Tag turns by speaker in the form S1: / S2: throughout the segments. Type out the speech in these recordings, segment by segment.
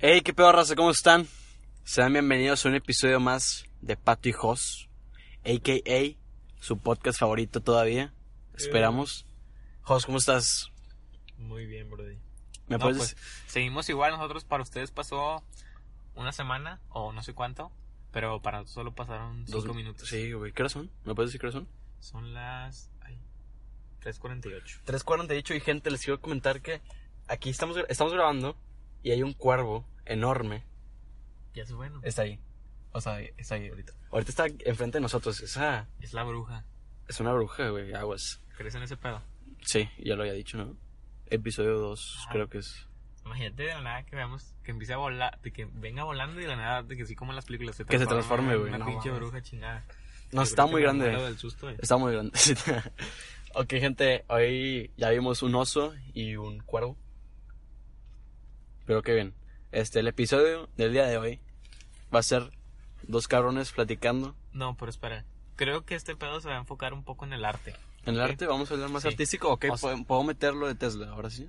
S1: Hey, qué pedo raza, ¿cómo están? Sean bienvenidos a un episodio más de Pato y Jos, a.k.a. su podcast favorito todavía. Esperamos. Jos, ¿cómo estás?
S2: Muy bien, Brody.
S1: ¿Me
S3: No,
S1: puedes
S3: pues, seguimos igual, nosotros para ustedes pasó una semana o no sé cuánto, pero para nosotros solo pasaron
S1: dos
S3: cinco minutos.
S1: Sí, güey, ¿qué razón? ¿Me puedes decir qué razón?
S3: Son las ay, 3.48.
S1: 3.48 y gente, les quiero comentar que aquí estamos, gra- estamos grabando y hay un cuervo enorme.
S3: Ya es bueno. Es,
S1: Está ahí. O sea, está ahí ahorita. Ahorita está enfrente de nosotros. ah, Esa
S3: la bruja.
S1: es una bruja, güey, aguas.
S3: ¿Crees en ese pedo?
S1: Sí, ya lo había dicho, ¿no? Episodio 2,
S3: Ah.
S1: creo que es.
S3: Imagínate de la nada que veamos que empiece a volar, de que venga volando y de la nada, de que sí como en las películas se
S1: Que se transforme,
S3: en
S1: güey,
S3: Una
S1: no
S3: pinche
S1: mames.
S3: bruja chingada.
S1: No,
S3: Yo
S1: está
S3: creo que
S1: muy
S3: me
S1: grande.
S3: muero del susto, eh.
S1: Está muy grande. sí. ok, gente, hoy ya vimos un oso y un cuervo. Pero qué bien. Este, el episodio del día de hoy va a ser dos cabrones platicando.
S3: No, pero espera. Creo que este pedo se va a enfocar un poco en el arte.
S1: En el
S3: Ok.
S1: arte vamos a hablar más
S3: Sí.
S1: artístico. Ok,
S3: O sea-
S1: ¿puedo, puedo meterlo de Tesla ahora sí?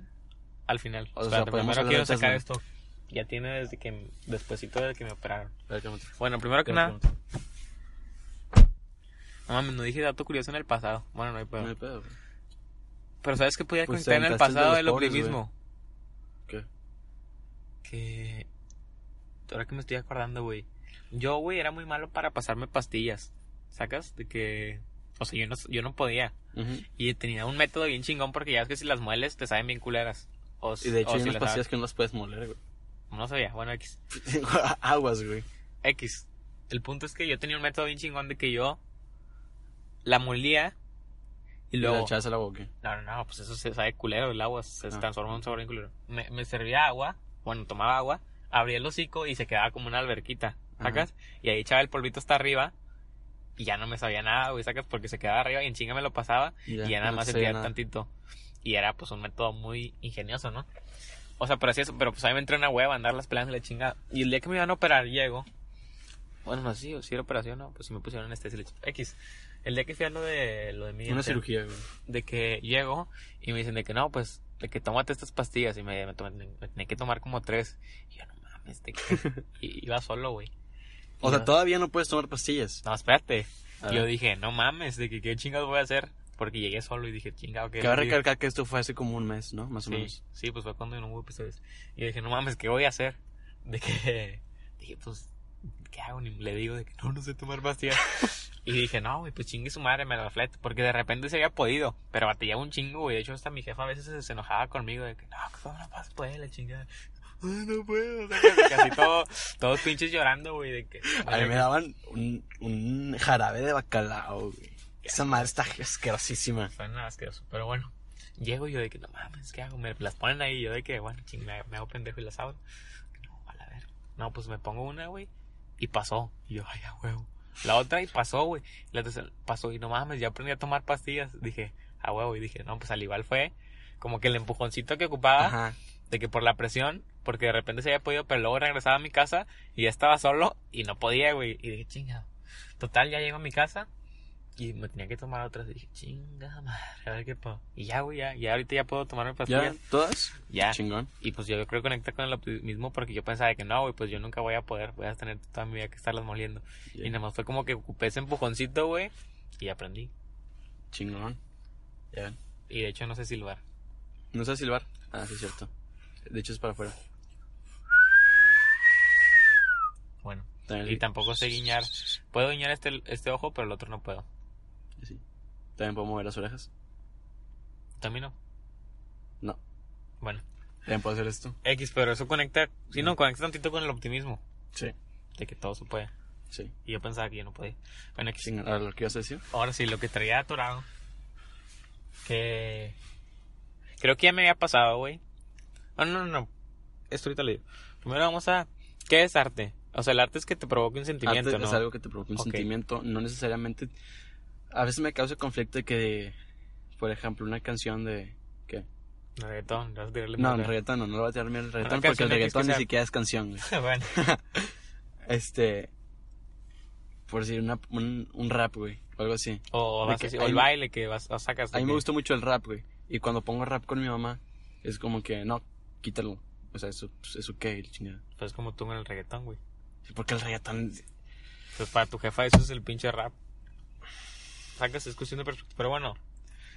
S3: Al final.
S1: O sea,
S3: Espérate,
S1: podemos
S3: primero
S1: hablar de
S3: quiero
S1: Tesla.
S3: sacar esto. Ya tiene desde que, despuésito de que me operaron.
S1: A ver, ¿qué me tra-
S3: Bueno, primero
S1: qué
S3: que
S1: me
S3: nada,
S1: tra-
S3: no mames, no dije dato curioso en el pasado. Bueno, no hay
S1: No hay
S3: pedo.
S1: pedo, güey.
S3: Pero ¿sabes qué podía
S1: Pues,
S3: contar en el
S1: aventaste el de
S3: pasado
S1: los
S3: del
S1: pobres,
S3: optimismo?
S1: ¿Qué?
S3: Que. Ahora que me estoy acordando, güey. Yo, güey, era muy malo para pasarme pastillas. ¿Sacas? De que. O sea, yo no, yo no podía.
S1: Ujú.
S3: Y tenía un método bien chingón porque ya es que si las mueles te saben bien culeras. O,
S1: Y de hecho
S3: o
S1: hay
S3: si
S1: unas
S3: las
S1: pastillas que no las puedes moler, güey.
S3: No sabía. Bueno, X.
S1: Aguas, güey.
S3: X. El punto es que yo tenía un método bien chingón de que yo la molía y
S1: Y la
S3: luego...
S1: echas a la boca.
S3: No, no, no, pues eso se sabe culero, el agua se
S1: Ah.
S3: transforma en un sabor en culero. Me, me servía agua, bueno, tomaba agua, abría el hocico y se quedaba como una alberquita, ¿sacas? Y ahí echaba el polvito hasta arriba y ya no me sabía nada, güey, ¿sacas? Porque se quedaba arriba y en chinga me lo pasaba y ya nada
S1: no
S3: más
S1: te
S3: sentía
S1: sabía nada.
S3: tantito. Y era pues un método muy ingenioso, ¿no? O sea, pero así es, pero pues a mí me entró una hueva andar las planas y la chingada. Y el día que me iban a operar, llego. Bueno, no sé si, si era operación no, pues si me pusieron anestesia y la chingada. X. El día que fui a lo de, lo de mi
S1: Una
S3: diente,
S1: cirugía, güey.
S3: de que llego y me dicen de que no, pues, de que tómate estas pastillas y me, me, tomé- me tenía que tomar como tres. Y yo, no mames, de que y- iba solo, güey.
S1: O sea,
S3: Ya.
S1: todavía no puedes tomar pastillas. Ah.
S3: No, espérate.
S1: A
S3: Yo
S1: ver.
S3: dije, no mames, de que qué chingados voy a hacer. Porque llegué solo y dije, chingado, que
S1: Cabe recalcar que esto fue hace como un mes, ¿no? Más o
S3: Sí,
S1: menos.
S3: sí, pues fue cuando no hubo episodios. Y dije, no mames, ¿qué voy a hacer? De que dije, pues, ¿qué hago? Ni le digo de que no, no sé tomar pastillas. y dije, no, güey, pues chingue su madre, me la fleto. Porque de repente se había podido, pero batallaba un chingo, güey. De hecho, hasta mi jefa a veces se, se enojaba conmigo de que, no, que fue una paz, pues, la chingada. Ay, no puedo, o sea, que casi todo, todos pinches llorando, güey, de que...
S1: A mí me daban un, un jarabe de bacalao, güey. Esa madre está asquerosísima.
S3: Fue nada asqueroso, pero bueno. Llego yo de que, no mames, ¿qué hago? Me las ponen ahí, yo de que, bueno, ching, me, me hago pendejo y las abro. No, a la ver. No, pues me pongo una, güey, y pasó. Y yo, ay, a huevo. La otra y pasó, güey. La tercera pasó y no mames, ya aprendí a tomar pastillas. Dije, a huevo, y dije, no, pues al igual fue como que el empujoncito que ocupaba
S1: Ajá.
S3: de que por la presión, porque de repente se había podido, pero luego regresaba a mi casa y ya estaba solo y no podía, güey. Y dije, chinga. Total, ya llego a mi casa y me tenía que tomar otras. Y dije, chinga madre, a ver qué puedo. Y ya, güey, ya, ya ahorita ya puedo tomarme
S1: ¿Ya?
S3: pastillas.
S1: ¿Todas?
S3: Ya.
S1: Chingón.
S3: Y pues yo creo que conecta con el optimismo porque yo pensaba de que no, güey, pues yo nunca voy a poder, voy a tener toda mi vida que estarlas moliendo.
S1: Ya.
S3: Y nada más fue como que ocupé ese empujoncito, güey, y aprendí.
S1: Chingón. Ya ven.
S3: Y de hecho no sé silbar.
S1: ¿No sabes silbar? Ah, sí, es cierto. De hecho, es para afuera.
S3: Bueno,
S1: También,
S3: y tampoco sé guiñar. Puedo guiñar este, este ojo, pero el otro no puedo.
S1: sí. También puedo mover las orejas.
S3: También no.
S1: No.
S3: Bueno,
S1: También puedo hacer esto.
S3: X, pero eso conecta, si no, conecta tantito con el optimismo
S1: Sí.
S3: de que todo se puede.
S1: Sí.
S3: Y yo pensaba que yo no podía. Bueno, X.
S1: Chingón. Ahora, ¿lo que ibas a decir?
S3: Ahora sí, lo que traía atorado. Que. Creo que ya me había pasado, güey. No, no, no, no. Esto ahorita le digo. Primero vamos a. ¿Qué es arte? O sea, el arte es que te provoque un sentimiento,
S1: Arte
S3: ¿no?
S1: es algo que te provoca un
S3: Ok.
S1: sentimiento, no necesariamente. A veces me causa conflicto de que, por ejemplo, una canción de. ¿Qué?
S3: Reggaetón, vas a tirarle
S1: No, el
S3: mierda.
S1: reggaetón no, no lo va a tirar mierda el reggaetón porque
S3: canción
S1: el
S3: X que
S1: reggaetón ni
S3: sea-
S1: siquiera es canción, güey.
S3: bueno,
S1: Este. Por decir, una- un, un rap, güey, o algo así.
S3: o,
S1: De
S3: vas
S1: que
S3: así-
S1: a
S3: o el
S1: mí-
S3: baile que vas, o sacas.
S1: A
S3: de
S1: mí me
S3: que-
S1: gustó mucho el rap, güey. Y cuando pongo rap con mi mamá, es como que, no, quítalo. O sea, ¿eso, eso qué? La chingada.
S3: Pues como tú con el reggaetón, güey.
S1: Porque el reggaetón.
S3: Pues para tu jefa eso es el pinche rap. Sacas, es cuestión de perspectiva. Pero bueno,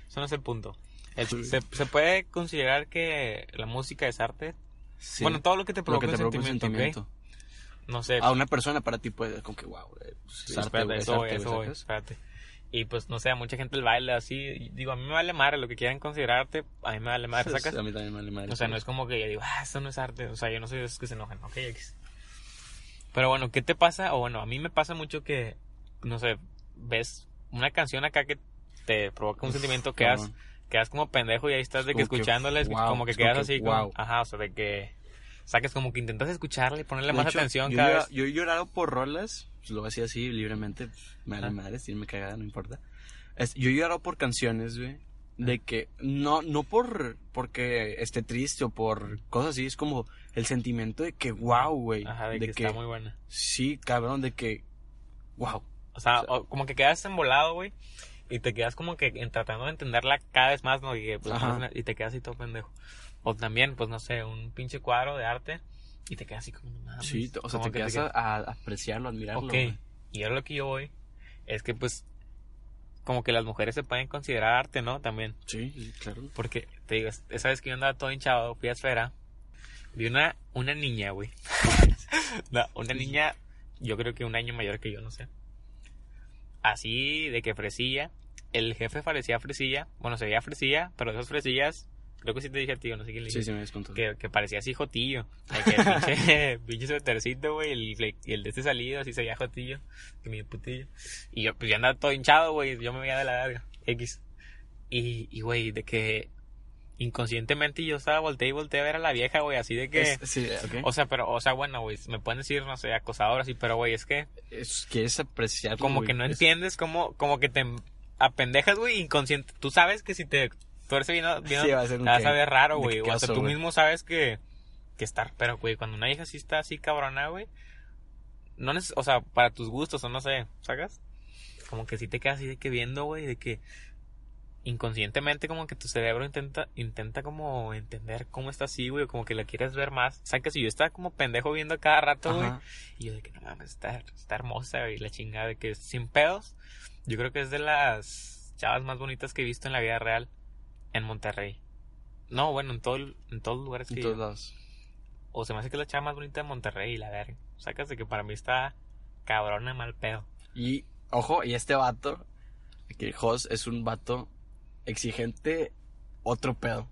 S3: eso no es el punto. El-
S1: Sí.
S3: se, se puede considerar que la música es arte?
S1: sí,
S3: Bueno, todo lo que te
S1: lo
S3: provoca,
S1: que te
S3: un,
S1: provoca un
S3: sentimiento, ¿ok?
S1: sentimiento.
S3: No sé.
S1: A una persona para ti puede ser como que, wow, eh, pues,
S3: Sí,
S1: es arte,
S3: espérate,
S1: güey, es
S3: eso voy,
S1: arte,
S3: eso
S1: güey,
S3: voy,
S1: ¿sacas?
S3: espérate. Y pues no sé, a mucha gente le baila así. Digo, a mí me vale madre lo que quieran considerarte, a mí me vale madre,
S1: Sí,
S3: sacas.
S1: A mí también me vale madre.
S3: O sea, no es como que yo digo, ah, eso no es arte. O sea, yo no soy de esos que se enojan, ok. X. Pero bueno, ¿qué te pasa? O bueno, a mí me pasa mucho que, no sé, ves una canción acá que te provoca un sentimiento que has,
S1: Cabrón.
S3: quedas como pendejo y ahí estás de que
S1: Como que,
S3: escuchándoles,
S1: wow,
S3: como que
S1: es como
S3: quedas
S1: que,
S3: así, como,
S1: wow.
S3: ajá, o sea, de que sacas como que intentas escucharle y ponerle
S1: De
S3: más
S1: hecho,
S3: atención
S1: yo
S3: cada
S1: llora-
S3: vez.
S1: Yo he llorado por rolas, pues, lo voy a decir así libremente, pues, me vale
S3: Ajá.
S1: madre, si me cagada, no importa. Es- yo he llorado por canciones, güey, de que no no por porque esté triste o por cosas así, es como el sentimiento de que wow, güey,
S3: Ajá, de, que, está muy buena.
S1: sí, cabrón, de que wow.
S3: O sea,
S1: O sea,
S3: o- como que quedas embolado, güey. Y te quedas como que en- tratando de entenderla cada vez más, ¿no? Y, que, pues,
S1: Ajá.
S3: más- y te quedas así todo pendejo. O también, pues no sé, un pinche cuadro de arte. Y te quedas así como, no mames,
S1: Sí, o sea,
S3: Ah, pues, como
S1: te
S3: que
S1: quedas a, a apreciarlo, admirarlo.
S3: Ok.
S1: güey.
S3: Y ahora lo que yo voy es que, pues, como que las mujeres se pueden considerar arte, ¿no? También.
S1: Sí, sí, claro.
S3: Porque, te digo, es- esa vez que yo andaba todo hinchado, fui a esfera. Vi una, una niña, güey. No, una niña, yo creo que un año mayor que yo, no sé. Así de que fresilla. El jefe parecía fresilla. Bueno, se veía fresilla, pero esas fresillas, creo que sí te dije a ti, o no sé quién le dije.
S1: Sí, sí me habías contado.
S3: Que, que parecía así jotillo. De que el pinche, pinche suetercito, güey. El, de- y el de este salido, así se veía jotillo. Que mi putillo. Y yo, pues yo andaba todo hinchado, güey. Yo me veía de la verga. X. Y, y, güey, de que inconscientemente yo estaba volteé y volteé a ver a la vieja, güey. Así de que.
S1: Es- ¿eh? sí, ok.
S3: O sea, pero, o sea, bueno, güey, me pueden decir, no sé, acosador así, pero, güey, es que
S1: Es- quieres apreciarlo.
S3: como
S1: güey,
S3: que no
S1: es-
S3: entiendes cómo, como que te apendejas, güey, inconsciente. Tú sabes que si te tuerce bien, bien
S1: Sí, va a ser
S3: te
S1: un
S3: vas
S1: que-
S3: a ver raro,
S1: de que
S3: güey.
S1: qué
S3: O sea,
S1: oso,
S3: tú
S1: güey.
S3: mismo sabes que, que estar, pero, güey, cuando una hija sí está así cabrona, güey, no neces- o sea, para tus gustos o no sé, ¿sacas? Como que sí te quedas así de que viendo, güey, de que inconscientemente como que tu cerebro intenta intenta como entender cómo está así, güey, o como que la quieres ver más. Sacas y yo estaba como pendejo viendo cada rato, güey.
S1: Ajá.
S3: Y yo de que no mames, está, está hermosa, güey, la chingada de que sin pedos. Yo creo que es de las chavas más bonitas que he visto en la vida real en Monterrey. No, bueno, en, todo, el- en todos los lugares que
S1: En
S3: he
S1: todos
S3: ido.
S1: lados.
S3: O se me hace que es la chava más bonita de Monterrey, la verga. Sacas de que para mí está cabrona mal pedo.
S1: Y, ojo, y este vato, que el host es un vato exigente, otro pedo.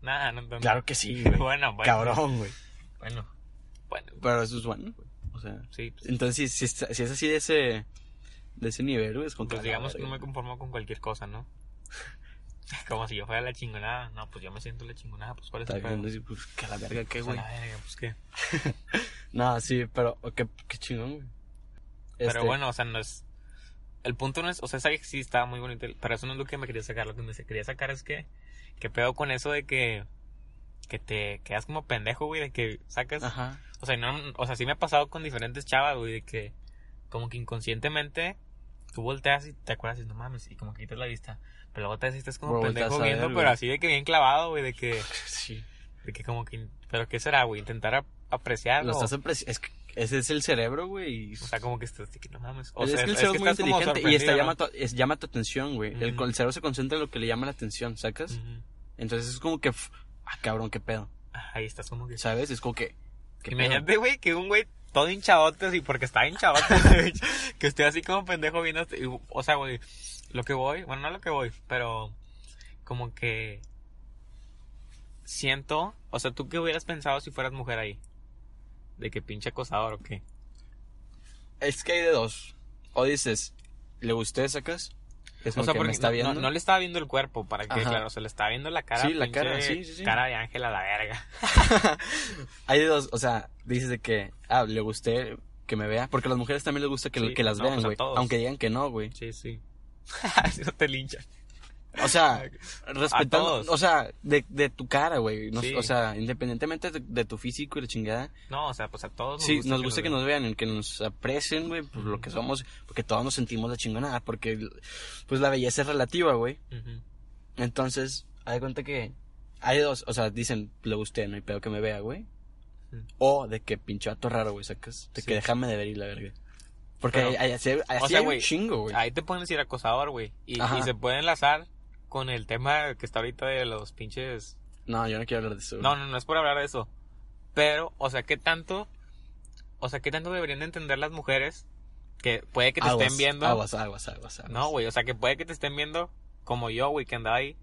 S3: Nada, no entiendo.
S1: Claro que sí, güey.
S3: Bueno, bueno.
S1: Cabrón, güey.
S3: Bueno, bueno,
S1: Pero eso es bueno, güey. O sea,
S3: sí. pues,
S1: entonces si, si está- si es así de ese, de ese nivel, güey, es contra
S3: Pues
S1: la
S3: digamos que
S1: verga,
S3: no me
S1: güey.
S3: conformo con cualquier cosa, ¿no? Como si yo fuera la chingonada. No, pues yo me siento la chingonada. Pues cuál es
S1: Está
S3: el pedo.
S1: viendo así, pues, que la verga, qué,
S3: Pues, a
S1: güey.
S3: la verga, pues qué.
S1: No, sí, pero, oh, qué, qué chingón, güey. Este,
S3: Pero bueno, o sea, no es. El punto no es. O sea, esa sí estaba muy bonita. Pero eso no es lo que me quería sacar. Lo que me se- quería sacar es que. Que pedo con eso de que. Que te quedas como pendejo, güey. De que sacas.
S1: Ajá.
S3: O sea, no, o sea, sí me ha pasado con diferentes chavas, güey. De que. Como que inconscientemente. Tú volteas y te acuerdas y no mames. Y como que quitas la vista. Pero luego te estás como
S1: Pero volteas
S3: pendejo
S1: a ver,
S3: viendo.
S1: güey.
S3: pero así de que bien clavado, güey. De que.
S1: Sí.
S3: De que como que. Pero ¿qué será, güey? Intentar ap-
S1: Lo
S3: apreciarlo.
S1: estás apreciando. Es que ese es el cerebro, güey. y-
S3: O sea, como que estás de que no mames. O
S1: es
S3: sea,
S1: que el cerebro es muy
S3: estás como
S1: inteligente y esta
S3: sorprendido,
S1: llama,
S3: ¿no?
S1: tu, es- llama tu atención, güey. el,
S3: Ujú.
S1: el cerebro se concentra en lo que le llama la atención, ¿sacas?
S3: Ujú.
S1: Entonces es como que, f- ah, cabrón, qué pedo,
S3: Ahí estás como que.
S1: ¿sabes? Es como que, qué pedo.
S3: Imagínate, güey, que un güey todo hinchadote, así, porque está hinchadote, que estoy así como pendejo viendo. este- y, o sea, güey, lo que voy, bueno, no lo que voy, pero como que siento, o sea, tú qué hubieras pensado si fueras mujer ahí, de que pinche acosador o qué.
S1: Es que hay de dos. O dices, ¿le gusté, sacas? Es Pues
S3: o
S1: como
S3: sea,
S1: que
S3: porque
S1: me está
S3: no-
S1: viendo.
S3: No, no le estaba viendo el cuerpo, para que,
S1: Ajá.
S3: claro, se le estaba viendo la cara.
S1: Sí, la
S3: pinche
S1: cara, sí, sí, sí.
S3: Cara de ángel a la verga.
S1: Hay de dos, o sea, dices de que, ah, le gusté que me vea. Porque a las mujeres también les gusta que,
S3: Sí,
S1: que las
S3: no,
S1: vean,
S3: pues a
S1: güey.
S3: todos.
S1: Aunque digan que no, güey.
S3: Sí, sí. Así no te linchan.
S1: O sea, respetando,
S3: todos.
S1: o sea, de, de tu cara, güey. No-
S3: Sí.
S1: O sea, independientemente de, de tu físico y la chingada.
S3: No, o sea, pues a todos
S1: sí, nos gusta que
S3: vean.
S1: nos vean, que nos aprecien, güey, por lo que somos. Porque todos nos sentimos la chingonada. Porque, pues, la belleza es relativa, güey.
S3: Ujú.
S1: Entonces, haz de cuenta que Hay dos, o sea, dicen, le gusté, no hay pedo que me vea, güey.
S3: Ujú.
S1: O de que pinche vato raro, güey, sacas. De que
S3: Sí.
S1: déjame de ver y la verga. Porque
S3: Pero-
S1: hay- hay- así, así
S3: sea,
S1: hay un
S3: güey,
S1: chingo, güey.
S3: Ahí te pueden decir acosador, güey. Y,
S1: Ajá.
S3: y se puede enlazar con el tema que está ahorita de los pinches.
S1: No, yo no quiero hablar de eso. güey.
S3: No, no, no es por hablar de eso. Pero, o sea, ¿qué tanto? O sea, ¿qué tanto deberían de entender las mujeres? Que puede que te
S1: Aguas,
S3: estén viendo.
S1: Aguas, aguas, aguas. aguas.
S3: No, güey, o sea, que puede que te estén viendo como yo, güey, que andaba ahí.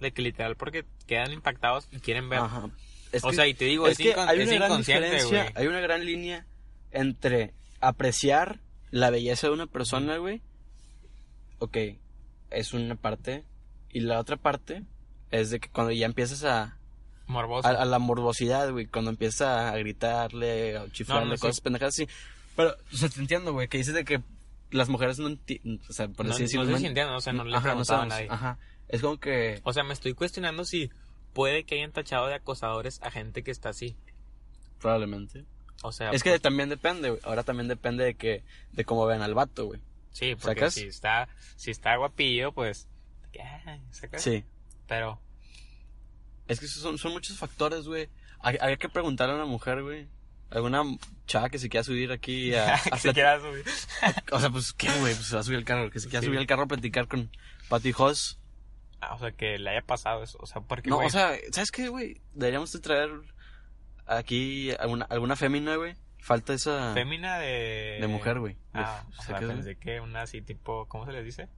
S3: De que literal, porque quedan impactados y quieren ver.
S1: Ajá. Es
S3: o
S1: que-
S3: sea, y te digo, es,
S1: es que
S3: incon-
S1: hay
S3: es
S1: una gran
S3: inconsciente,
S1: diferencia,
S3: güey.
S1: hay una gran línea entre apreciar la belleza de una persona, güey. Ok, es una parte. Y la otra parte es de que cuando ya empiezas a,
S3: Morboso.
S1: a, a la morbosidad, güey, cuando empiezas a gritarle, a chiflarle,
S3: No, no, sí.
S1: cosas pendejadas así. Pero, o sea, te entiendo, güey, que dices de que las mujeres no entienden, o sea, por
S3: no,
S1: así
S3: no
S1: decirlo.
S3: sé
S1: no
S3: si
S1: en-
S3: entiendo, o sea, no le he
S1: Ajá,
S3: preguntado a
S1: sabemos,
S3: nadie.
S1: Ajá, es como que...
S3: O sea, me estoy cuestionando si puede que hayan tachado de acosadores a gente que está así.
S1: Probablemente.
S3: O sea,
S1: Es que
S3: pues,
S1: también depende, güey. Ahora también depende de que... De cómo vean al vato, güey.
S3: sí, porque
S1: ¿sacas?
S3: si está si está guapillo, pues ay, ¿sacas?
S1: Sí.
S3: Pero
S1: Es que son, son muchos factores, güey. Hay- Había que preguntarle a una mujer, güey. Alguna chava que se quiera subir aquí a, a
S3: que se
S1: plati-
S3: quiera subir.
S1: O sea, pues, ¿qué, güey? Pues se va a subir al carro. Que se quiera
S3: Sí.
S1: subir al carro a platicar con Pato y Jos.
S3: Ah, o sea, que le haya pasado eso, o sea, porque
S1: No,
S3: güey,
S1: o sea, ¿sabes qué, güey? Deberíamos de traer aquí alguna, alguna fémina, güey. Falta esa...
S3: fémina de
S1: de mujer, güey. De-
S3: Ah, o sea,
S1: ¿sacas, güey?
S3: pensé que una así tipo, ¿cómo se les dice?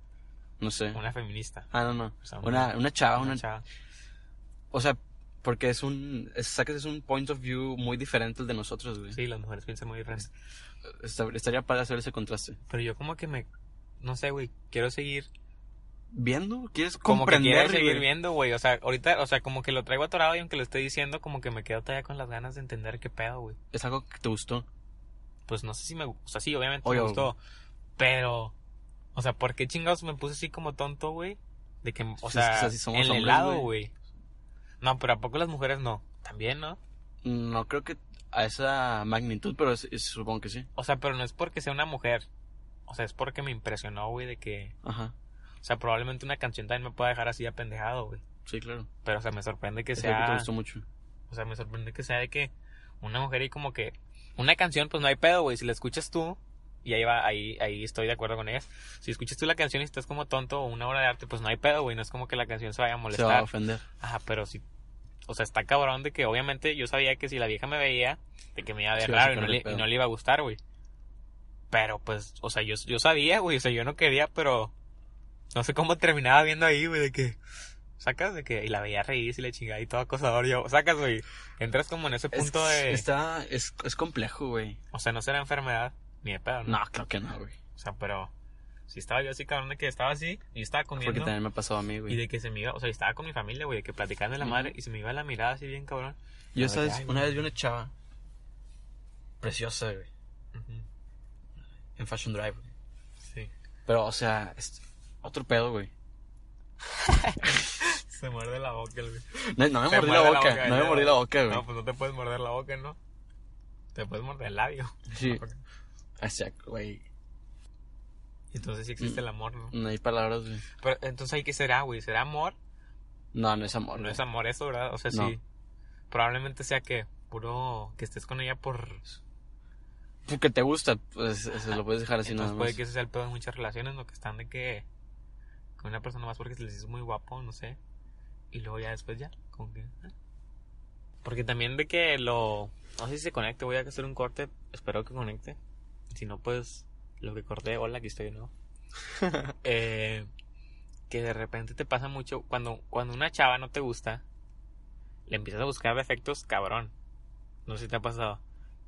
S1: No sé.
S3: Una feminista.
S1: Ah, no, no.
S3: O sea,
S1: Una, una chava, una,
S3: chava.
S1: O sea, porque es un. es- Sacas es un point of view muy diferente al de nosotros, güey.
S3: Sí, las mujeres piensan muy diferente.
S1: Esta- estaría para hacer ese contraste.
S3: Pero yo como que me no sé, güey, quiero seguir
S1: ¿Viendo? ¿Quieres
S3: como que
S1: comprender?
S3: quiero seguir
S1: güey?
S3: viendo, güey. O sea, ahorita, o sea, como que lo traigo atorado y aunque lo esté diciendo, como que me quedo todavía con las ganas de entender qué pedo, güey.
S1: Es algo que te gustó.
S3: Pues no sé si me gustó. O sea, sí, obviamente
S1: Obvio,
S3: me gustó. Pero, o sea, ¿por qué chingados me puse así como tonto, güey? De que, o
S1: Pues
S3: sea,
S1: es que así somos
S3: en el
S1: hombres,
S3: helado, güey. No, pero ¿a poco las mujeres no? También, ¿no?
S1: No creo que a esa magnitud, pero es- es- supongo que sí.
S3: O sea, pero no es porque sea una mujer. O sea, es porque me impresionó, güey, de que...
S1: Ajá.
S3: O sea, probablemente una canción también me pueda dejar así apendejado, güey.
S1: Sí, claro.
S3: Pero, o sea, me sorprende que
S1: Es algo que te
S3: sea...
S1: gustó mucho.
S3: O sea, me sorprende que sea de que una mujer y como que una canción, pues no hay pedo, güey. Si la escuchas tú, y ahí va, ahí, ahí estoy de acuerdo con ellas. Si escuchas tú la canción y estás como tonto o una obra de arte, pues no hay pedo, güey. No es como que la canción se
S1: Se
S3: vaya a
S1: va a
S3: molestar.
S1: ofender.
S3: Ajá, pero sí. O sea, está cabrón de que obviamente yo sabía que si la vieja me veía, de que me iba a ver
S1: Sí, va a
S3: raro y no,
S1: sacarle
S3: le,
S1: pedo.
S3: y no le iba a gustar, güey. Pero pues, o sea, yo, yo sabía, güey. O sea, yo no quería, pero no sé cómo terminaba viendo ahí, güey, de que. Sacas de que. Y la veía reír y la chingada y todo acosador. Yo, sacas, güey. Entras como en ese
S1: Es,
S3: punto de.
S1: está, es, es complejo, güey.
S3: O sea, no será enfermedad ni de pedo, ¿no?
S1: No, creo que no, güey.
S3: O sea, pero. Si estaba yo así, cabrón, de que estaba así y yo estaba
S1: Porque
S3: comiendo.
S1: también me ha pasado a mí,
S3: Y
S1: güey.
S3: de que se me iba, o sea, estaba con mi familia, güey, de que platicando de la madre y se me iba la mirada así bien cabrón.
S1: Yo,
S3: Ay,
S1: ¿sabes?
S3: ay,
S1: una
S3: güey.
S1: vez vi una chava. Preciosa, güey.
S3: Ujú.
S1: En Fashion Drive, güey.
S3: Sí.
S1: Pero, o sea, es otro pedo, güey.
S3: Se muerde la boca, el güey.
S1: No, no me
S3: Se
S1: mordí la
S3: muerde
S1: boca, no me
S3: ya.
S1: mordí la boca, güey.
S3: No, pues no te puedes morder la boca, ¿no? Te puedes morder el labio.
S1: Sí. O sea, güey,
S3: Entonces sí
S1: Mm.
S3: existe el amor, ¿no?
S1: no hay palabras, güey.
S3: Pero entonces ahí qué será, güey. ¿Será amor?
S1: No, no es amor.
S3: No
S1: güey.
S3: es amor eso, ¿verdad? O sea,
S1: No.
S3: sí. Probablemente sea que puro que estés con ella por...
S1: Porque te gusta, pues se lo puedes dejar así nada
S3: entonces
S1: más.
S3: puede que ese sea el pedo de muchas relaciones, ¿no? Que están de que... Con una persona más porque se les hizo muy guapo, no sé. Y luego ya después ya, como que... ¿eh? Porque también de que lo... No sé si se conecte, voy a hacer un corte. Espero que conecte. Si no, pues lo que corté, hola, aquí estoy de nuevo. Eh, que de repente te pasa mucho cuando, cuando una chava no te gusta, le empiezas a buscar defectos, cabrón. No sé si te ha pasado.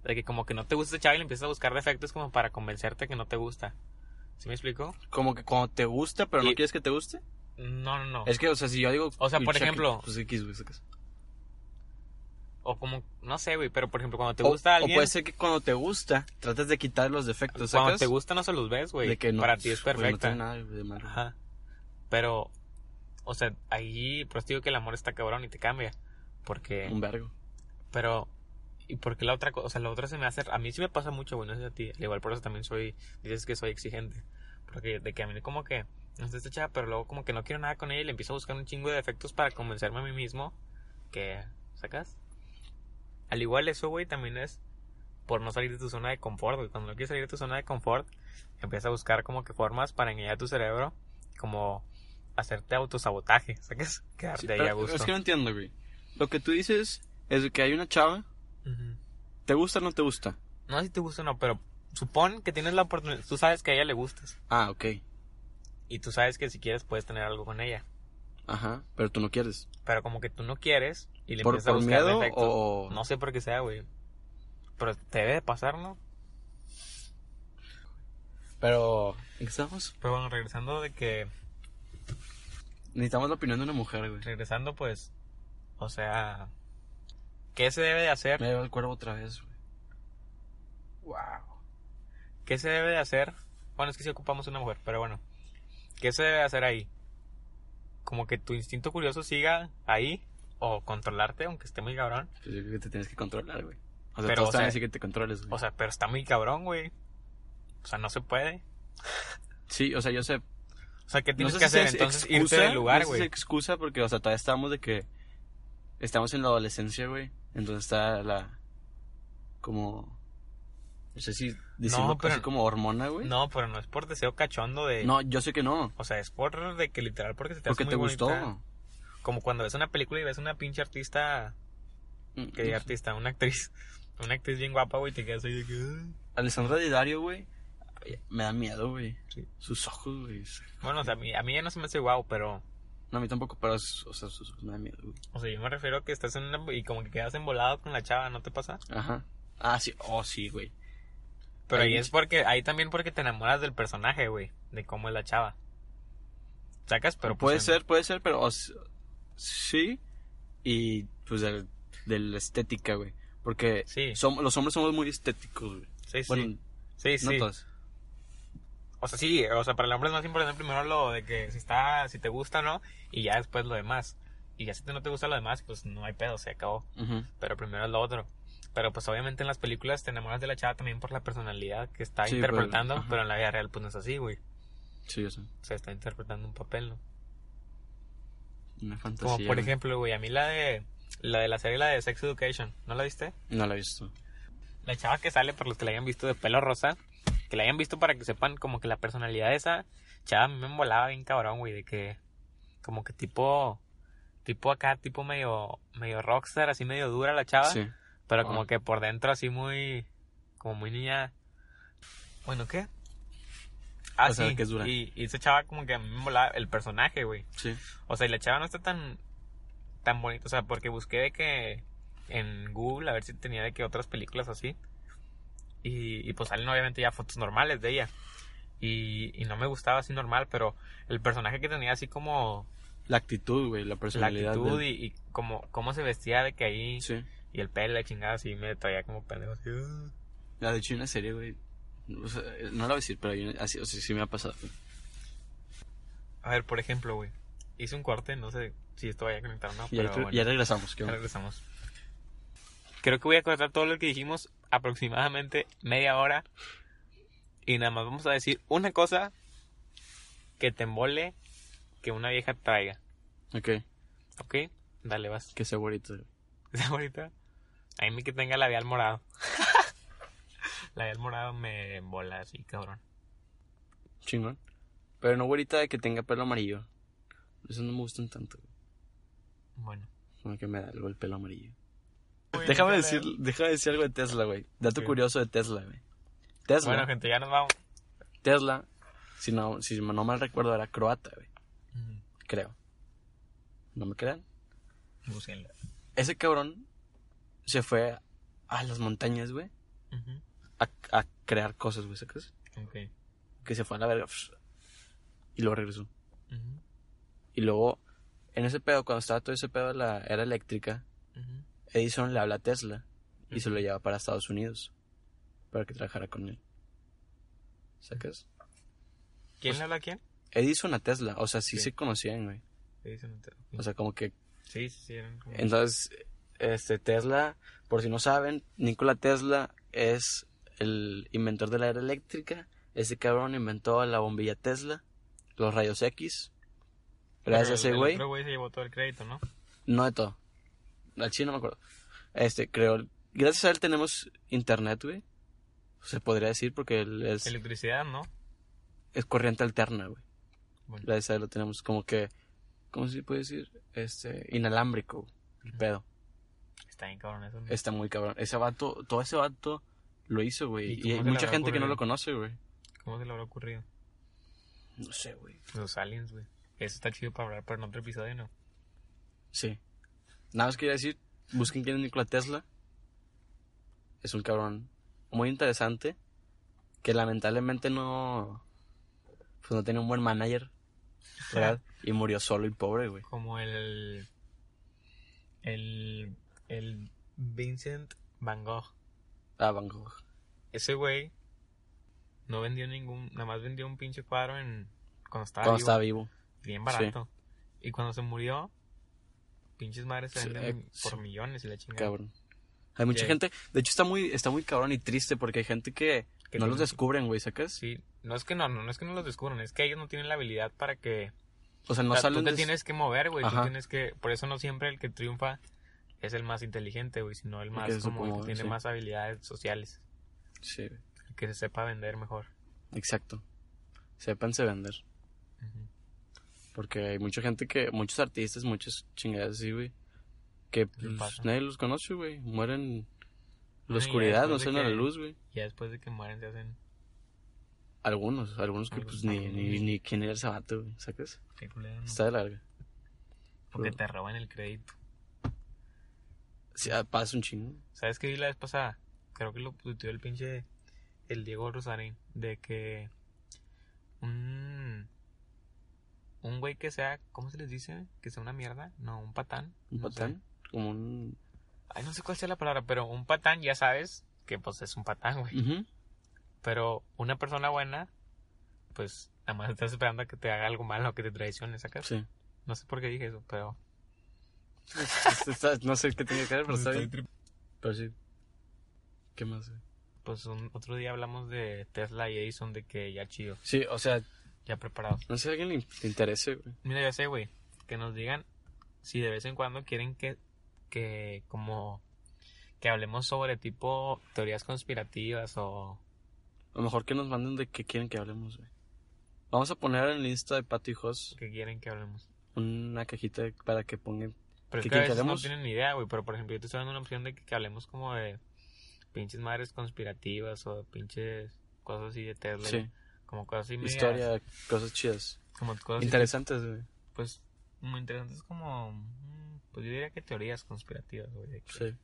S3: De que como que no te gusta esa chava y le empiezas a buscar defectos como para convencerte que no te gusta. ¿Sí me explico?
S1: Como que cuando te gusta, pero no
S3: Y-
S1: quieres que te guste.
S3: No, no, no.
S1: Es que, o sea, si yo digo.
S3: O sea, por
S1: "Cheque",
S3: ejemplo-
S1: Pues X, güey, sacas.
S3: O como, no sé, güey, pero por ejemplo, cuando te
S1: O-
S3: gusta alguien,
S1: O puede ser que cuando te gusta, tratas de quitar los defectos,
S3: cuando
S1: ¿sacas?
S3: te gusta no se los ves, güey.
S1: De que no,
S3: para ti es
S1: pues,
S3: perfecta. Ah,
S1: no tiene nada de malo.
S3: Ajá. Pero, o sea, ahí, pues digo que el amor está cabrón y te cambia. Porque,
S1: Un vergo.
S3: pero, ¿y porque la otra cosa? O sea, la otra se me hace. A mí sí me pasa mucho, güey, no sé a ti. Al igual por eso también soy. Dices que soy exigente. Porque de que a mí como que. No sé esta chava, pero luego como que no quiero nada con ella y le empiezo a buscar un chingo de defectos para convencerme a mí mismo que sacas. Al igual eso, güey, también es por no salir de tu zona de confort, güey. Cuando no quieres salir de tu zona de confort, empiezas a buscar como que formas para engañar a tu cerebro, como hacerte autosabotaje, ¿sacas? Quedarte
S1: Sí,
S3: ahí
S1: pero
S3: a gusto.
S1: Es que no entiendo, güey. Lo que tú dices es de que hay una chava,
S3: Ujú.
S1: ¿te gusta o no te gusta?
S3: No sé si te gusta o no, pero supón que tienes la oportunidad, tú sabes que a ella le gustas
S1: Ah, ok.
S3: y tú sabes que si quieres puedes tener algo con ella,
S1: Ajá, pero tú no quieres.
S3: pero como que tú no quieres y le
S1: ¿Por,
S3: empiezas a
S1: por
S3: buscar
S1: miedo
S3: defectos.
S1: o...?
S3: No sé por qué sea, güey. Pero te debe de pasar, ¿no?
S1: Pero... ¿En qué estamos?
S3: Pero bueno, regresando de que
S1: Necesitamos la opinión de una mujer, güey.
S3: regresando pues o sea, ¿qué se debe de hacer?
S1: Me lleva el cuervo otra vez, güey. Wow.
S3: ¿Qué se debe de hacer? Bueno, es que si ocupamos una mujer, pero bueno. ¿Qué se debe de hacer ahí? Como que tu instinto curioso siga ahí o controlarte aunque esté muy cabrón.
S1: Pues yo creo que te tienes que controlar, güey. O sea,
S3: Pero,
S1: todos
S3: o
S1: te van a
S3: sea-
S1: decir que te controles, güey.
S3: O sea, pero está muy cabrón, güey. O sea, no se puede.
S1: sí, o sea, yo sé.
S3: O sea, ¿qué tienes
S1: sé
S3: que
S1: si
S3: hacer?
S1: es
S3: Entonces
S1: excusa,
S3: irte del lugar,
S1: no sé si
S3: güey.
S1: es excusa porque, o sea, todavía estamos de que... Estamos en la adolescencia, güey. Entonces está la... Como... No sé si diciendo
S3: pero-
S1: así como hormona, güey.
S3: No, pero no es por deseo cachondo de...
S1: No, yo sé que no.
S3: O sea, es por de que literal porque se te
S1: Porque
S3: hace
S1: te
S3: muy
S1: gustó.
S3: bonita. Como cuando ves una película y ves una pinche artista,
S1: Mm,
S3: que diga artista, una actriz, una actriz bien guapa, güey, y te quedas ahí de que "Ah".
S1: Alessandra Di Dario, güey. Me da miedo, güey.
S3: Sí.
S1: Sus ojos, güey.
S3: bueno, o sea, a mí, a mí ya no se me hace guau, pero
S1: No, a mí tampoco, pero sus- o sea, sus ojos me da miedo, güey.
S3: o sea, yo me refiero a que estás en una y como que quedas embolado con la chava, ¿no te pasa?
S1: Ajá. Ah, sí. Oh, sí, güey.
S3: Pero
S1: Ahí
S3: ahí
S1: dice-
S3: es porque ahí también porque te enamoras del personaje, güey, de cómo es la chava. Sacas, pero
S1: puede
S3: pues, en-
S1: ser, puede ser, pero o s- sí. Y pues del, de la estética, güey. Porque
S3: Sí.
S1: som- los hombres somos muy estéticos, güey.
S3: Sí, sí.
S1: Bueno,
S3: sí, sí.
S1: no todos.
S3: O sea, sí, o sea, para el hombre es más importante primero lo de que si está, si te gusta o no, y ya después lo demás. Y ya si te- no te gusta lo demás, pues no hay pedo, se acabó.
S1: Ujú.
S3: Pero primero es lo otro. Pero pues obviamente en las películas te enamoras de la chava también por la personalidad que está
S1: Sí, pero-
S3: interpretando,
S1: ajá.
S3: pero en la vida real pues no es así, güey.
S1: Sí, yo sé.
S3: O sea, está interpretando un papel, ¿no?
S1: Una fantasía.
S3: Como por
S1: Pues güey.
S3: ejemplo, güey, a mí la de la de la serie la de Sex Education, ¿no la viste?
S1: No la he visto.
S3: La chava que sale, por los que la hayan visto de pelo rosa, que la hayan visto para que sepan como que la personalidad de esa chava a mí me embolaba bien cabrón, güey, de que como que tipo tipo acá, tipo medio medio rockstar, así medio dura la chava,
S1: Sí.
S3: pero
S1: Ah.
S3: como que por dentro así muy como muy niña. Bueno, ¿qué? Ah,
S1: O sea,
S3: sí,
S1: que es dura.
S3: Y, y esa chava como que a mí me embolaba el personaje, güey.
S1: Sí.
S3: O sea, y la chava no está tan tan bonita, o sea, porque busqué de que en Google a ver si tenía de que otras películas así. Y, y pues salen obviamente ya fotos normales de ella. Y, y no me gustaba así normal, pero el personaje que tenía así como
S1: La actitud, güey. La
S3: la
S1: personalidad.
S3: actitud
S1: del-
S3: y, y como cómo se vestía de que ahí
S1: Sí.
S3: y el pelo y la chingada así me traía como pendejo así. "Ah".
S1: La de hecho, hay una serie, güey. o sea, no la voy a decir, pero hay una- así, o sea, sí me ha pasado. güey.
S3: A ver, por ejemplo, güey, hice un corte, no sé si esto vaya a conectar o no,
S1: Y ahí
S3: pero
S1: creo-
S3: bueno.
S1: ya regresamos, ¿qué
S3: Ya
S1: onda?
S3: regresamos. Creo que voy a cortar todo lo que dijimos aproximadamente media hora. Y nada más vamos a decir una cosa que te embole que una vieja traiga.
S1: Ok,
S3: ¿Ok? Dale, vas.
S1: que sea bonito. güey.
S3: ¿Está bonita? A mí que tenga labial morado. labial morado me embola así, cabrón.
S1: Chingón. Pero no güerita de que tenga pelo amarillo. Eso no me gustan tanto. güey.
S3: Bueno.
S1: Como que me da algo el pelo amarillo. Déjame decir, déjame decir algo de Tesla, güey. Dato
S3: Sí.
S1: curioso de Tesla, güey. Tesla,
S3: Bueno, gente, ya nos vamos.
S1: Tesla, si no, si no mal recuerdo, era croata, güey. Creo. ¿No me crean?
S3: Búsquenla.
S1: Ese cabrón se fue a las montañas, güey.
S3: Ujú.
S1: A, a crear cosas, güey, ¿sacas?
S3: Ok.
S1: Que se fue a la verga. pf, Y luego regresó.
S3: Ujú.
S1: Y luego, en ese pedo, cuando estaba todo ese pedo de la era eléctrica,
S3: Ujú.
S1: Edison le habla a Tesla y se
S3: Ujú.
S1: lo lleva para Estados Unidos para que trabajara con él. ¿Sacas?
S3: ¿Quién
S1: pues
S3: le habla a quién?
S1: Edison a Tesla, o sea, sí
S3: Sí.
S1: se conocían, güey.
S3: Edison, ok.
S1: O sea, como que.
S3: Sí, sí, sí. eran como-
S1: Entonces, este Tesla, por si no saben, Nikola Tesla es el inventor de la era eléctrica. Ese cabrón inventó la bombilla Tesla, los rayos X.
S3: Pero
S1: Gracias a ese
S3: el- el
S1: güey.
S3: otro güey se llevó todo el crédito, ¿no?
S1: No de todo. Al chino no me acuerdo. Este, creo. Gracias a él tenemos internet, güey. Se podría decir porque él es,
S3: Electricidad, ¿no?
S1: es corriente alterna, güey.
S3: Bueno.
S1: Gracias a él lo tenemos como que. ¿Cómo se puede decir? Este, inalámbrico, güey, el pedo.
S3: Está bien, cabrón, eso. ¿no?
S1: Está muy cabrón. Ese vato, todo ese vato lo hizo,
S3: ¿Y
S1: güey.
S3: cómo
S1: Y hay
S3: se le
S1: mucha
S3: habrá
S1: gente que no
S3: ocurrido?
S1: lo conoce, güey.
S3: ¿Cómo se le habrá ocurrido?
S1: No sé, güey.
S3: Los aliens, güey. Eso está chido para hablar para en otro episodio, ¿no?
S1: Sí. Nada más quería decir, busquen quién es Nikola Tesla. Es un cabrón muy interesante que lamentablemente no pues no tenía un buen manager, ¿verdad? y murió solo y pobre, güey.
S3: Como el. El. El Vincent Van Gogh.
S1: Ah, Van Gogh.
S3: Ese güey. No vendió ningún. Nada más vendió un pinche cuadro en. Cuando estaba
S1: Cuando
S3: vivo.
S1: estaba vivo.
S3: Bien barato. Y cuando se murió. Pinches madres se
S1: Sí,
S3: venden
S1: eh,
S3: por
S1: sí.
S3: millones y la chingada.
S1: Cabrón. Hay mucha
S3: Ya.
S1: gente, de hecho está muy está muy cabrón y triste porque hay gente que
S3: Que
S1: no los
S3: tiene-
S1: descubren, güey, ¿sacas?
S3: Sí. No es que no, no, no es que no los descubran, es que ellos no tienen la habilidad para que
S1: O sea, no
S3: O sea,
S1: salen
S3: tú te
S1: de-
S3: tienes que mover, güey. Tú
S1: Ajá.
S3: tienes que. Por eso no siempre el que triunfa es el más inteligente, güey. Sino el más.
S1: que se supo
S3: como el que
S1: mover,
S3: tiene
S1: sí.
S3: más habilidades sociales.
S1: Sí, güey.
S3: El que se sepa vender mejor.
S1: exacto. Sépanse vender. Porque hay mucha gente que, muchos artistas, muchas chingadas así, güey. Que pues,
S3: pasa.
S1: nadie los conoce, güey. Mueren en la
S3: Ah,
S1: oscuridad,
S3: ya,
S1: no
S3: después de
S1: salen a la
S3: que-
S1: luz, güey.
S3: Y ya después de que mueren se hacen.
S1: Algunos, algunos que
S3: Algo
S1: pues
S3: está
S1: ni,
S3: muy
S1: ni,
S3: bien.
S1: ni quién era el sabato, güey. ¿Sacas?
S3: qué culero, ¿no?
S1: Está de larga.
S3: Porque te roban el crédito.
S1: Sí, ah, pasa un chingo.
S3: ¿Sabes qué vi la vez pasada? Creo que lo puteó el pinche. El Diego Rosarín. De que. Un. Un güey que sea. ¿Cómo se les dice? Que sea una mierda. No, un patán.
S1: Un
S3: no sé.
S1: patán. Como un.
S3: Ay, no sé cuál sea la palabra, pero un patán ya sabes que pues es un patán, güey.
S1: Ujú.
S3: Pero una persona buena, pues nada más estás esperando a que te haga algo malo, que te traicione, ¿sacas?
S1: Sí.
S3: No sé por qué dije eso, pero...
S1: Este, Está- no sé qué tiene que ver, pero está bien. Pero sí. ¿Qué más, güey?
S3: Pues un, otro día hablamos de Tesla y Edison, de que ya chido,
S1: Sí, o sea,
S3: ya preparados.
S1: no sé si a alguien le in- le interese, güey.
S3: Mira, ya sé, güey, que nos digan si de vez en cuando quieren que, que como, que hablemos sobre tipo teorías conspirativas o...
S1: A lo mejor que nos manden de qué quieren que hablemos, güey. Vamos a poner en el Insta de Pato y Jos
S3: que quieren que hablemos.
S1: una cajita de- para que pongan.
S3: Pero
S1: ¿Qué
S3: es que a
S1: quieren que
S3: veces no
S1: hablemos?
S3: tienen ni idea, güey. Pero por ejemplo, yo te estoy dando una opción de que, que hablemos como de pinches madres conspirativas o pinches cosas así de Tesla.
S1: Sí,
S3: Como cosas así medias-
S1: historia, cosas chidas.
S3: Como cosas así,
S1: Interesantes, güey.
S3: pues muy interesantes como. mm, Pues yo diría que teorías conspirativas, güey. de que-
S1: Sí.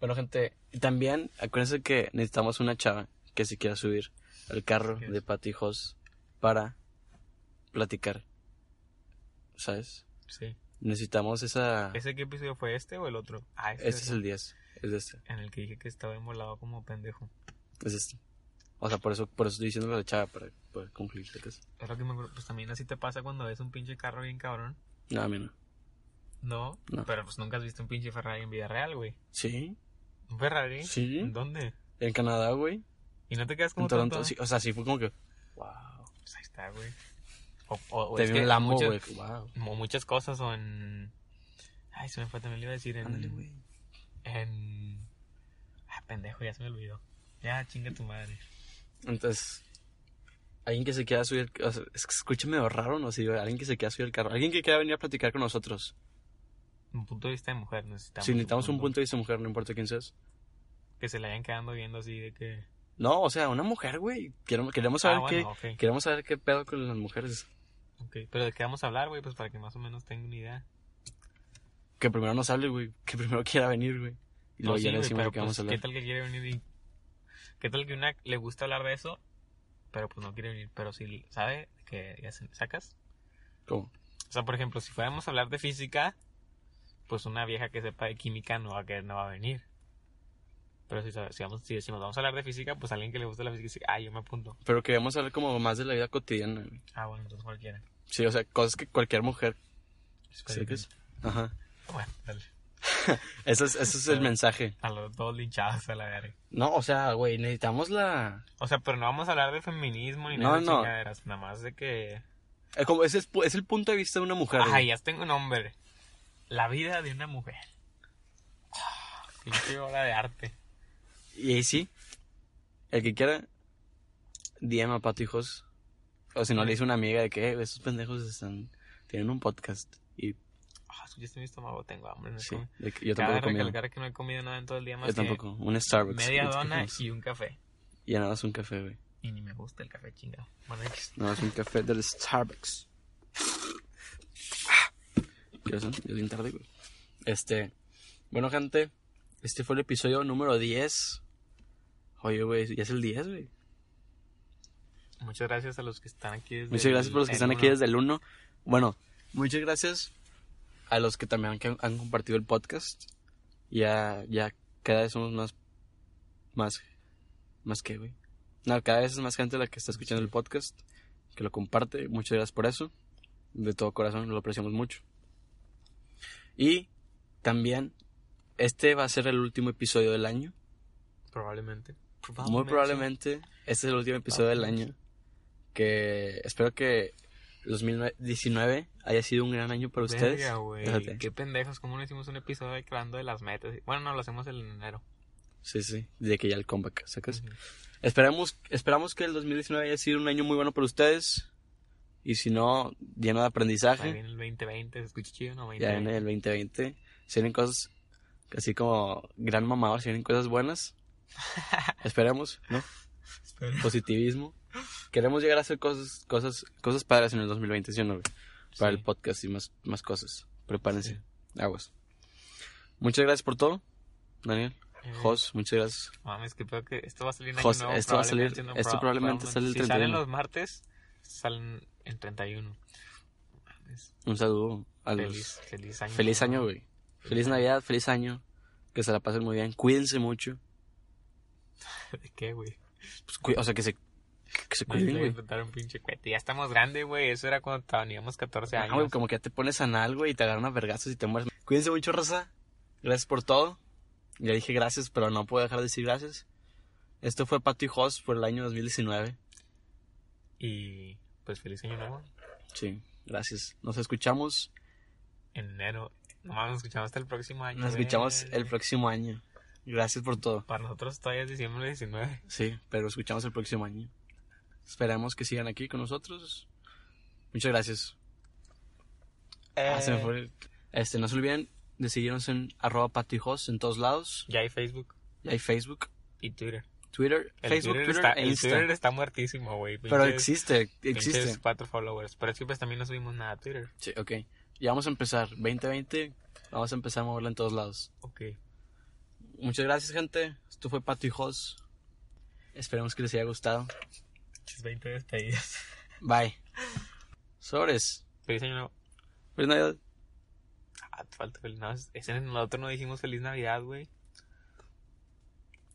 S1: Bueno, gente, y también acuérdense que necesitamos una chava que se quiera subir al carro
S3: Sí.
S1: de Pato y Jos para platicar. ¿Sabes?
S3: sí.
S1: Necesitamos esa.
S3: ¿Ese qué episodio fue este o el otro? Ah, este,
S1: Este es el 10. Es de este.
S3: En el que dije que estaba embolado como pendejo.
S1: Es este. O sea, por eso, por eso estoy diciéndole a la chava para poder concluir. ¿sacas?
S3: Es lo que me acuerdo. Pues también así te pasa cuando ves un pinche carro bien cabrón.
S1: No, a mí no.
S3: No,
S1: No.
S3: pero pues nunca has visto un pinche Ferrari en vida real, güey.
S1: Sí,
S3: ¿Un Ferrari?
S1: Sí.
S3: ¿En dónde?
S1: en Canadá, güey.
S3: Y no te quedas como
S1: En Toronto.
S3: tonto?
S1: sí, o sea, sí fue como que. Wow.
S3: Pues ahí está, güey. O, o- o
S1: Te
S3: es
S1: vi
S3: que
S1: un Lambo,
S3: muchas-
S1: güey. Wow.
S3: Como muchas cosas o en... Ay, se me fue, también le iba a decir en...
S1: Ándale, güey.
S3: En... Ah, pendejo, ya se me olvidó. Ya, chinga tu madre.
S1: Entonces, alguien que se quiera subir, o sea, es que escúchame raro, no sé, güey, alguien que se quiera subir al carro, alguien que quiera venir a platicar con nosotros.
S3: Un punto de vista de mujer necesitamos.
S1: si necesitamos un punto de vista mujer, no importa quién seas.
S3: Que se la hayan quedando viendo así de que...
S1: No, o sea, una mujer, güey. Queremos, queremos saber
S3: ah, bueno,
S1: qué,
S3: ok.
S1: queremos saber qué pedo con las mujeres.
S3: ok. Pero de qué vamos a hablar, güey, pues para que más o menos tenga una idea.
S1: Que primero nos hable, güey, que primero quiera venir, güey. Y luego
S3: No, sí,
S1: ya le
S3: güey,
S1: decimos
S3: pero,
S1: lo que vamos a
S3: pues,
S1: hablar.
S3: ¿Qué tal que quiere venir y... ¿Qué tal que una le gusta hablar de eso? Pero pues no quiere venir, pero sí sabe que ya se sacas.
S1: ¿Cómo?
S3: O sea, por ejemplo, si fuéramos a hablar de física, pues una vieja que sepa de química no va a, querer, no va a venir. Pero si, sabe- si, vamos, si decimos, vamos a hablar de física, pues alguien que le guste la física dice, ah, yo me apunto.
S1: Pero que vamos a hablar como más de la vida cotidiana, güey.
S3: Ah, bueno, entonces cualquiera.
S1: Sí, o sea, cosas que cualquier mujer.
S3: Espero que-
S1: ¿sacas? Ajá.
S3: Bueno, dale.
S1: Ese es, ese es el
S3: Pero-
S1: mensaje.
S3: A los dos linchados a la verga.
S1: No, o sea, güey, necesitamos la.
S3: O sea, pero no vamos a hablar de feminismo ni
S1: No,
S3: nada de
S1: no.
S3: chingaderas. Nada más de que...
S1: eh, Como ese es, pu- es el punto de vista de una mujer.
S3: Ah,
S1: güey.
S3: ya tengo un nombre. La vida de una mujer. Ah, Pinche obra de arte.
S1: Y ahí sí, el que quiera, DM a Pato Hijos. O si no, le dice una amiga de que "Eh, güey, esos pendejos están, tienen un podcast. Y
S3: Ah, escuchaste mi estómago, tengo hambre. No he
S1: sí,
S3: comido.
S1: de que yo
S3: Cabe
S1: tampoco comía.
S3: recalcar que no he comido nada en todo el día más
S1: Yo
S3: que
S1: tampoco. pues, Un Starbucks.
S3: media
S1: un
S3: dona
S1: Starbucks.
S3: y un café.
S1: Y nada más un café, güey.
S3: Y ni me gusta el café chingado. Bueno, X.
S1: Nada más un café del Starbucks. Ah, ¿Qué son? Es bien tarde, güey. Este. Bueno, gente, este fue el episodio número 10. Oye, güey, ya es el 10, güey.
S3: muchas gracias a los que están aquí. Desde
S1: Muchas gracias por los que
S3: el
S1: están aquí
S3: uno.
S1: desde el 1. Bueno, muchas gracias a los que también han, han compartido el podcast. Ya, ya cada vez somos más, más, más que, güey. No, cada vez es más gente la que está escuchando el podcast, que lo comparte. Muchas gracias por eso. De todo corazón, lo apreciamos mucho. Y también, este va a ser el último episodio del año.
S3: Probablemente.
S1: Muy probablemente este es el último episodio del año. Que espero que 2019 haya sido un gran año para ustedes.
S3: Verga, güey.
S1: Déjate.
S3: Qué pendejos. ¿Cómo no hicimos un episodio de hablando de las metas? Bueno, no, lo hacemos en enero.
S1: Sí, sí, de que ya el comeback, ¿sacas?
S3: Ujú.
S1: Esperamos, esperamos que el 2019 haya sido un año muy bueno para ustedes. Y si no, lleno de
S3: Ahí
S1: aprendizaje.
S3: viene el 2020. ¿Se escucha chido? No,
S1: Ah, Ya
S3: 2020.
S1: viene el 2020. Se vienen cosas así como gran mamador, se vienen cosas buenas. Esperemos, ¿no?
S3: Espero.
S1: Positivismo. Queremos llegar a hacer cosas, cosas, cosas padres en el 2020, ¿sí o no, güey? para el
S3: Sí.
S1: podcast y más, más cosas. Prepárense. Aguas. Muchas gracias por todo, Daniel.
S3: Eh,
S1: Jos, muchas gracias.
S3: Mames, que peor que esto va a salir en
S1: Jos,
S3: año nuevo,
S1: esto va a salir-
S3: probablemente,
S1: esto probablemente sale el
S3: Si salen
S1: 31.
S3: los martes, salen en 31. Mames,
S1: Un saludo a los.
S3: feliz, feliz año.
S1: Feliz
S3: nuevo.
S1: año, güey. Feliz Navidad, feliz año. Que se la pasen muy bien. Cuídense mucho.
S3: ¿De qué, güey?
S1: Pues, cuí- o sea, que se, que se
S3: Nadie
S1: cuiden,
S3: puede
S1: güey.
S3: disfrutar un pinche cohete. Ya estamos grandes, güey. Eso era cuando teníamos 14
S1: Ah, güey,
S3: años.
S1: como que ya te pones anal, güey, y te agarran a vergazos y te mueres. Cuídense mucho, raza. Gracias por todo. Ya dije gracias, pero no puedo dejar de decir gracias. Esto fue Pato y Jos por el año 2019.
S3: Y pues feliz año nuevo.
S1: Sí, gracias. Nos escuchamos.
S3: En enero. Nomás nos escuchamos hasta el próximo año.
S1: Nos
S3: güey.
S1: escuchamos el próximo año. Gracias por todo.
S3: Para nosotros todavía es diciembre 19.
S1: Sí, pero escuchamos el próximo año. Esperamos que sigan aquí con nosotros. Muchas gracias. Ah, se me fue el- Este, no se olviden de seguirnos en arroba Pato y Jos en todos lados.
S3: Ya hay Facebook
S1: Ya hay Facebook,
S3: y Twitter.
S1: Twitter,
S3: El
S1: Facebook,
S3: Twitter,
S1: Twitter,
S3: está,
S1: e
S3: el
S1: Insta.
S3: Twitter está muertísimo, güey.
S1: pero
S3: Pinches-
S1: existe, existe.
S3: Pinches cuatro followers. Pero es que pues también no subimos nada a Twitter.
S1: Sí, ok. Ya vamos a empezar. 2020, vamos a empezar a moverla en todos lados.
S3: Ok.
S1: Muchas gracias, gente. Esto fue Pato y Jos. Esperemos que les haya gustado.
S3: Pinches 20 despedidas.
S1: Bye. Sobres.
S3: Feliz año nuevo. Pues
S1: Feliz Navidad.
S3: Ah, te falta feliz Navidad. Ese en el otro no dijimos feliz Navidad, güey.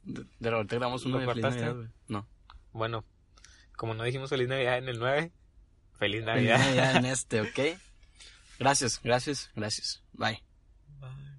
S1: De de la ahorita grabamos uno
S3: ¿Lo
S1: de Feliz
S3: cortaste?
S1: Navidad, güey. No.
S3: Bueno, como no dijimos feliz Navidad en el 9, feliz
S1: Feliz
S3: Navidad.
S1: Navidad en este, ¿ok? Gracias, gracias, gracias. Bye.
S3: Bye.